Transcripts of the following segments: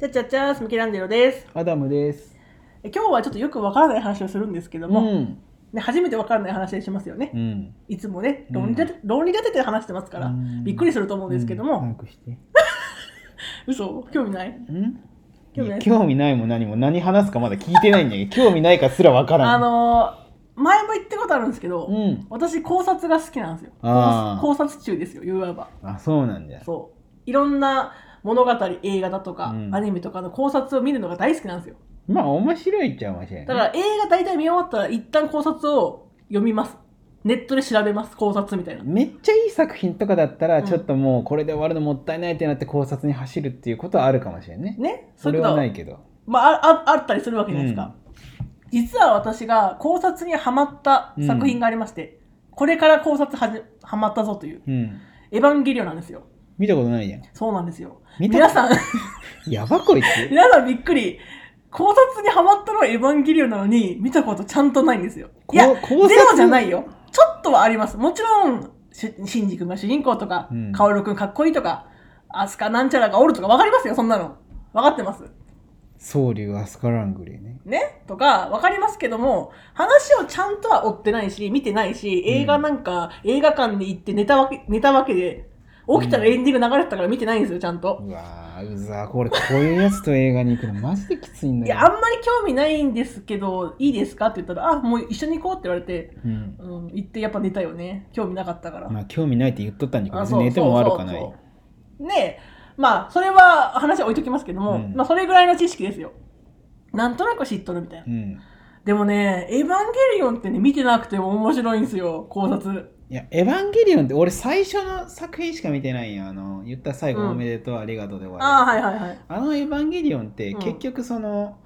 ちゃちゃちゃーす、ミケランジェロです。アダムです。え今日はちょっとよくわからない話をするんですけども、ん。ね、初めてわからない話しますよね。うん。いつもね、うん論理立て,、論理立てて話してますから、うんびっくりすると思うんですけども、早くして。嘘興味ないうん。興味ない興味ないも何も何話すかまだ聞いてないんだけど、興味ないかすらわからん。あのー前も言ったことあるんですけど、うん。私考察が好きなんですよあー考察考察中ですよいわばあ、そうなんだ。そういろんな物語映画だとか、うんアニメとかの考察を見るのが大好きなんですよまあ面白いっちゃ面白い、ね。だから映画大体見終わったら一旦考察を読みますネットで調べます考察みたいなめっちゃいい作品とかだったうら、んちょっともうこれで終わるのもったいないってなって考察に走るっていうことはあるかもしれんね。ねそそういれうこはとなはいけど。まあ、あああったりするわけじゃないですか、実は私が考察にはまった作品がありまして、これから考察はじはまったぞといううん。 「エヴァンゲリオン」なんですよ見たことないじゃん。そうなんですよ見た皆さんやばこいつ。皆さん びっくり考察にはまったのは「エヴァンゲリオン」なのに見たことちゃんとないんですよいやこう考察ゼロじゃないよちょっとはありますもちろんしシンジ君が主人公とか、うんカオル君かっこいいとかアスカなんちゃらがおるとか分かりますよそんなの分かってます総流アスカラングレーね。ねとか分かりますけども話をちゃんとは追ってないし見てないし映画なんか、映画館に行って寝たわけ寝たわけで起きたらエンディング流れてたから見てないんですよちゃんと、うわーうざーこれこういうやつと映画に行くのマジできついんだいよやあんまり興味ないんですけどいいですかって言ったら「あもう一緒に行こう」って言われて、うん、うん、行ってやっぱ寝たよね興味なかったから、まあ興味ないって言っとったんだけどあ別そうに寝ても悪かないそうそうでまあそれは話は置いときますけども、うんまあそれぐらいの知識ですよなんとなく知っとるみたいな、うんでもね「エヴァンゲリオン」ってね見てなくても面白いんですよ考察いや「エヴァンゲリオン」って俺最初の作品しか見てないんやあの言った最後「おめでとう、ありがとう」で終わるああはいはいはいあの「エヴァンゲリオン」ってうん結局その、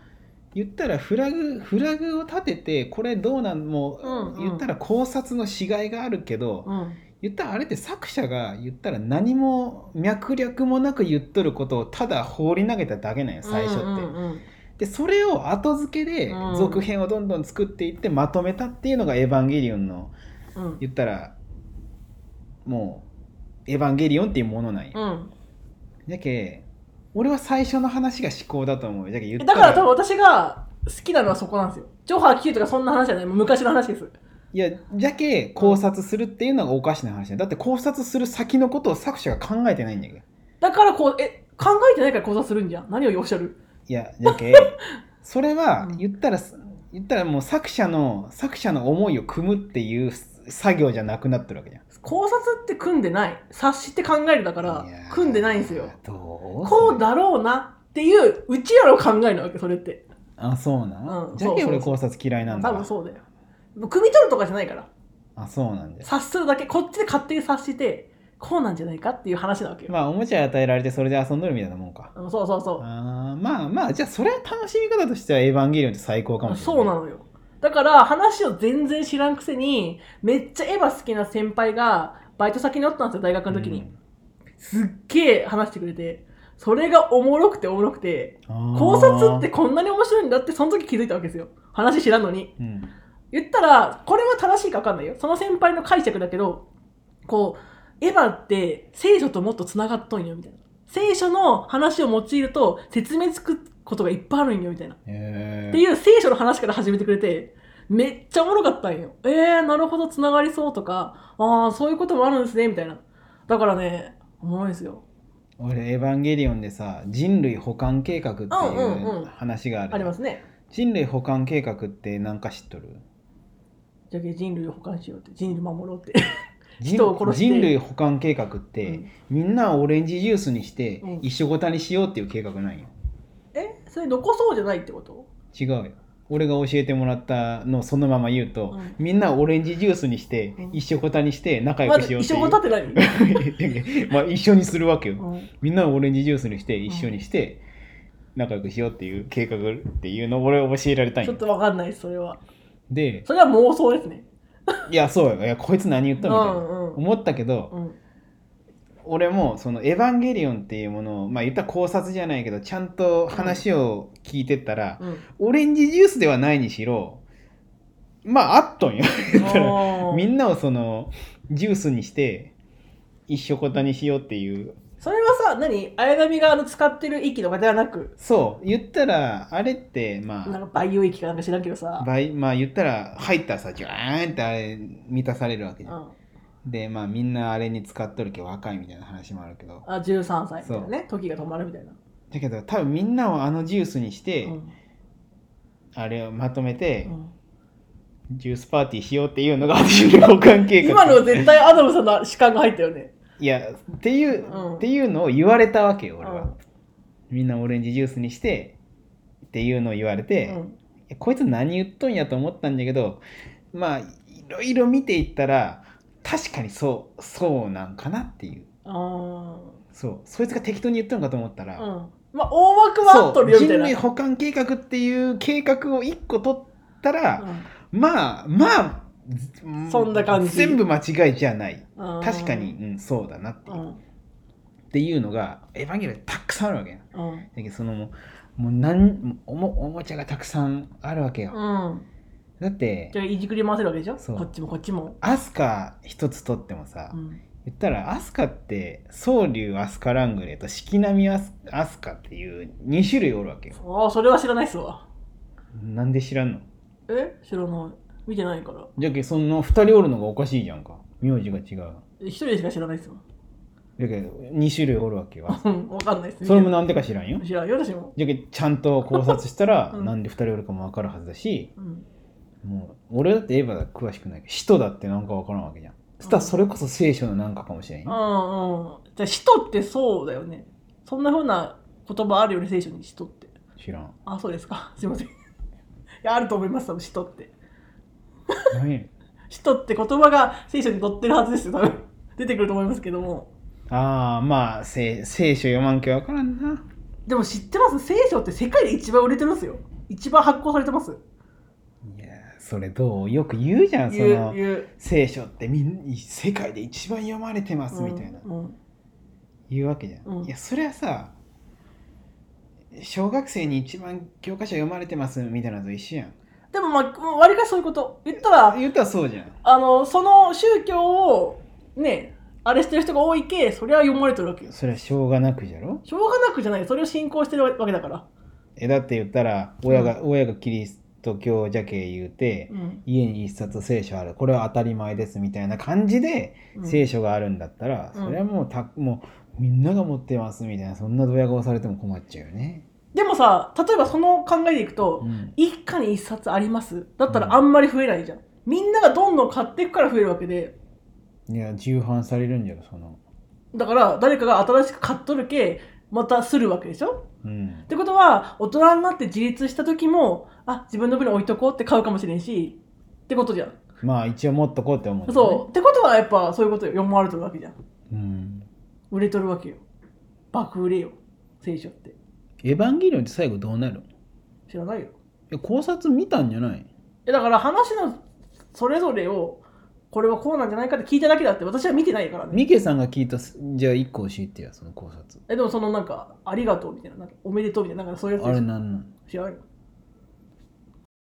言ったらフラグフラグを立ててこれどうなんもう、うんうん言ったら考察のしがいがあるけど、うん言ったらあれって作者が言ったら何も脈略もなく言っとることをただ放り投げただけなんよ最初って。うんうんうんでそれを後付けでうん続編をどんどん作っていってまとめたっていうのが「エヴァンゲリオン」のうん言ったらもう「エヴァンゲリオン」っていうものなんよ。うんだけ俺は最初の話が思考だと思うよ。だけ言っただらから多分私が好きなのはそこなんですよジョハー Q とかそんな話じゃないもう昔の話ですいやじゃけ考察するっていうのがおかしな話だよだって考察する先のことを作者が考えてないんだけど。だからこうえ考えてないから考察するんじゃん何をおっしゃるいやじゃけ それはうん言ったら言ったらもう作者の作者の思いを組むっていう作業じゃなくなってるわけじゃん。考察って組んでない察して考えるだからいやー組んでないんですよ。どうこうだろうなっていううちらの考えなわけそれってあ、そうなん。うんじそゃけうそう俺そう考察嫌いな多んだ。分そうだよ汲み取るとかじゃないからあ、そうなんです。察するだけこっちで勝手に察してこうなんじゃないかっていう話なわけよ、まあ、おもちゃ与えられてそれで遊んどるみたいなもんか。うんそうそうそうあーまあまあ、じゃあそれは楽しみ方としてはエヴァンゲリオンって最高かもしれない。そうなのよだから話を全然知らんくせにめっちゃエヴァ好きな先輩がバイト先におったんですよ大学の時に、すっげえ話してくれてそれがおもろくておもろくてうん。考察ってて、こんなに面白いんだってその時気づいたわけですよ話知らんのにうん、言ったらこれは正しいか分かんないよその先輩の解釈だけどこうエヴァって聖書ともっとつながっとんよみたいな聖書の話を用いると説明つくことがいっぱいあるんよみたいなっえていう聖書の話から始めてくれてめっちゃおもろかったんよえー、なるほどつながりそうとかああそういうこともあるんですねみたいなだからねおもろいですよ俺、エヴァンゲリオンでさ、人類補完計画っていうんうんうんう話がある。ありますね人類補完計画って何か知っとるじゃあ人類を保管しようって人類守ろうって、人人を殺して人類補完計画って、うんみんなをオレンジジュースにして、うん一緒ごたにしようっていう計画なんよ。 えそれ残そうじゃないってこと違うよ俺が教えてもらったのをそのまま言うと、うんみんなをオレンジジュースにして、うん一緒ごたにして仲良まくずしようっ一てい緒う、ごたって 何、うまあ一緒にするわけよ、んみんなをオレンジジュースにして一緒にして仲良くしようっていう計画っていうのを俺は教えられたんちょっよとわかんないですそれはでそれは妄想ですね。いやそうよいやこいつ何言っうたんみたいな、うん思ったけど、うん俺もその「エヴァンゲリオン」っていうものをまあ言ったら考察じゃないけどちゃんと話を聞いてったら、うん。オレンジジュースではないにしろまああっとんよ言ったらみな。んなをそのジュースにして一緒こたにしようっていうそれはさ何綾波があの使ってる息とかではなくそう言ったらあれってまなんあか培養息かなんか知らんけどさ、倍まあ言ったら入ったらさジューンってあれ満たされるわけうじゃん、ん、でまあみんなあれに使っとるけど若いみたいな話もあるけどあ13歳みたいなね時が止まるみたいな、だけど多分みんなをあのジュースにして、うんあれをまとめて、うんジュースパーティーしようっていうのが私の交換計画今の絶対アダムさんの主観が入ったよねいやっていう、うんっていうのを言われたわけよ俺は、うんみんなオレンジジュースにしてっていうのを言われて、うんえこいつ何言っとんやと思ったんだけどまあいろいろ見ていったら確かにそうそうなんかなっていうあそうそいつが適当に言っとんかと思ったら、ーうんまあ大枠は合っとるよみた人いな類保管計画っていう計画を1個取ったら、うまあまあずうそんな感じ全部間違いじゃないんうん確かに、うん、そうだなっていうう,、っんていうのがエヴァンゲリオンにたくさんあるわけやうんだけどそのもうもうなんおもおもちゃがたくさんあるわけよ、うんだってじゃあいじくり回せるわけでしょそうこっちもこっちも、アスカ一つ取ってもさ、うん言ったらアスカって宗竜アスカラングレーと四季並みアスアスカっていう2種類おるわけよああそれは知らないっすわなんで知らんのえ知らない見てないからじゃけその2人おるのがおかしいじゃんか名字が違う一人でしか知らないっすわじゃけ2種類おるわけようんわかんないっすそれもなんでか知らんよ知らんよ私もじゃけちゃんと考察したらうんなんで2人おるかも分かるはずだしうんもう俺だってエヴァだ詳しくないけど使徒だってなんか分からんわけじゃんそしたらそれこそ聖書のなんかかもしれんうよんうんじゃあ使徒ってそうだよねそんなふうな言葉あるよね聖書に使徒って知らんあそうですかすいませんいやあると思います多分使徒って何 やねん使徒って言葉が聖書に載ってるはずですよ多分出てくると思いますけどもああまあせ聖書読まんけ分からんなでも知ってます聖書って世界で一番売れてますよ一番発行されてますいやーそれどうよく言うじゃんそ言うの言う聖書ってみん世界で一番読まれてますみたいな、うんうん言うわけじゃん、うんいやそれはさ小学生に一番教科書読まれてますみたいなのと一緒やんでもまあもう割かしそういうこと言ったら言ったらそうじゃんあのその宗教をねあれしてる人が多いけそれは読まれてるわけよそれはしょうがなくじゃろしょうがなくじゃないそれを信仰してるわけだからえだって言ったら親が、親がキリスト教じゃけ言うて、うん、家に一冊聖書あるこれは当たり前ですみたいな感じで聖書書があるんだったら、うんそれはもうたもうみんなが持ってますみたいなそんなドヤ顔されても困っちゃうよね。でもさ例えばその考えでいくと、うん一家に一冊ありますだったうんらあんまり増えないじゃん、みんながどんどん買っていくから増えるわけでいや、重版されるんじゃろ、その。だから誰かが新しく買っとるけまたするわけでしょうんっ。てことは大人になって自立した時もあ自分の分に置いとこうって買うかもしれんしってことじゃんまあ、一応持っとこうって思う、そうってことはやっぱそういうことよ読まれてるわけじゃんう。うん。売れとるわけよ爆売れよ聖書ってエヴァンゲリオンって最後どうなる知らないよえ考察見たんじゃないえだから話のそれぞれをこれはこうなんじゃないかって聞いただけだって私は見てないからねミケさんが聞いたす、じゃあ一個教えてよ、その考察。えでもそのなんか「ありがとう」みたいななんか「おめでとう」みたいななんかそういうやつであれしょなんなん知らないよ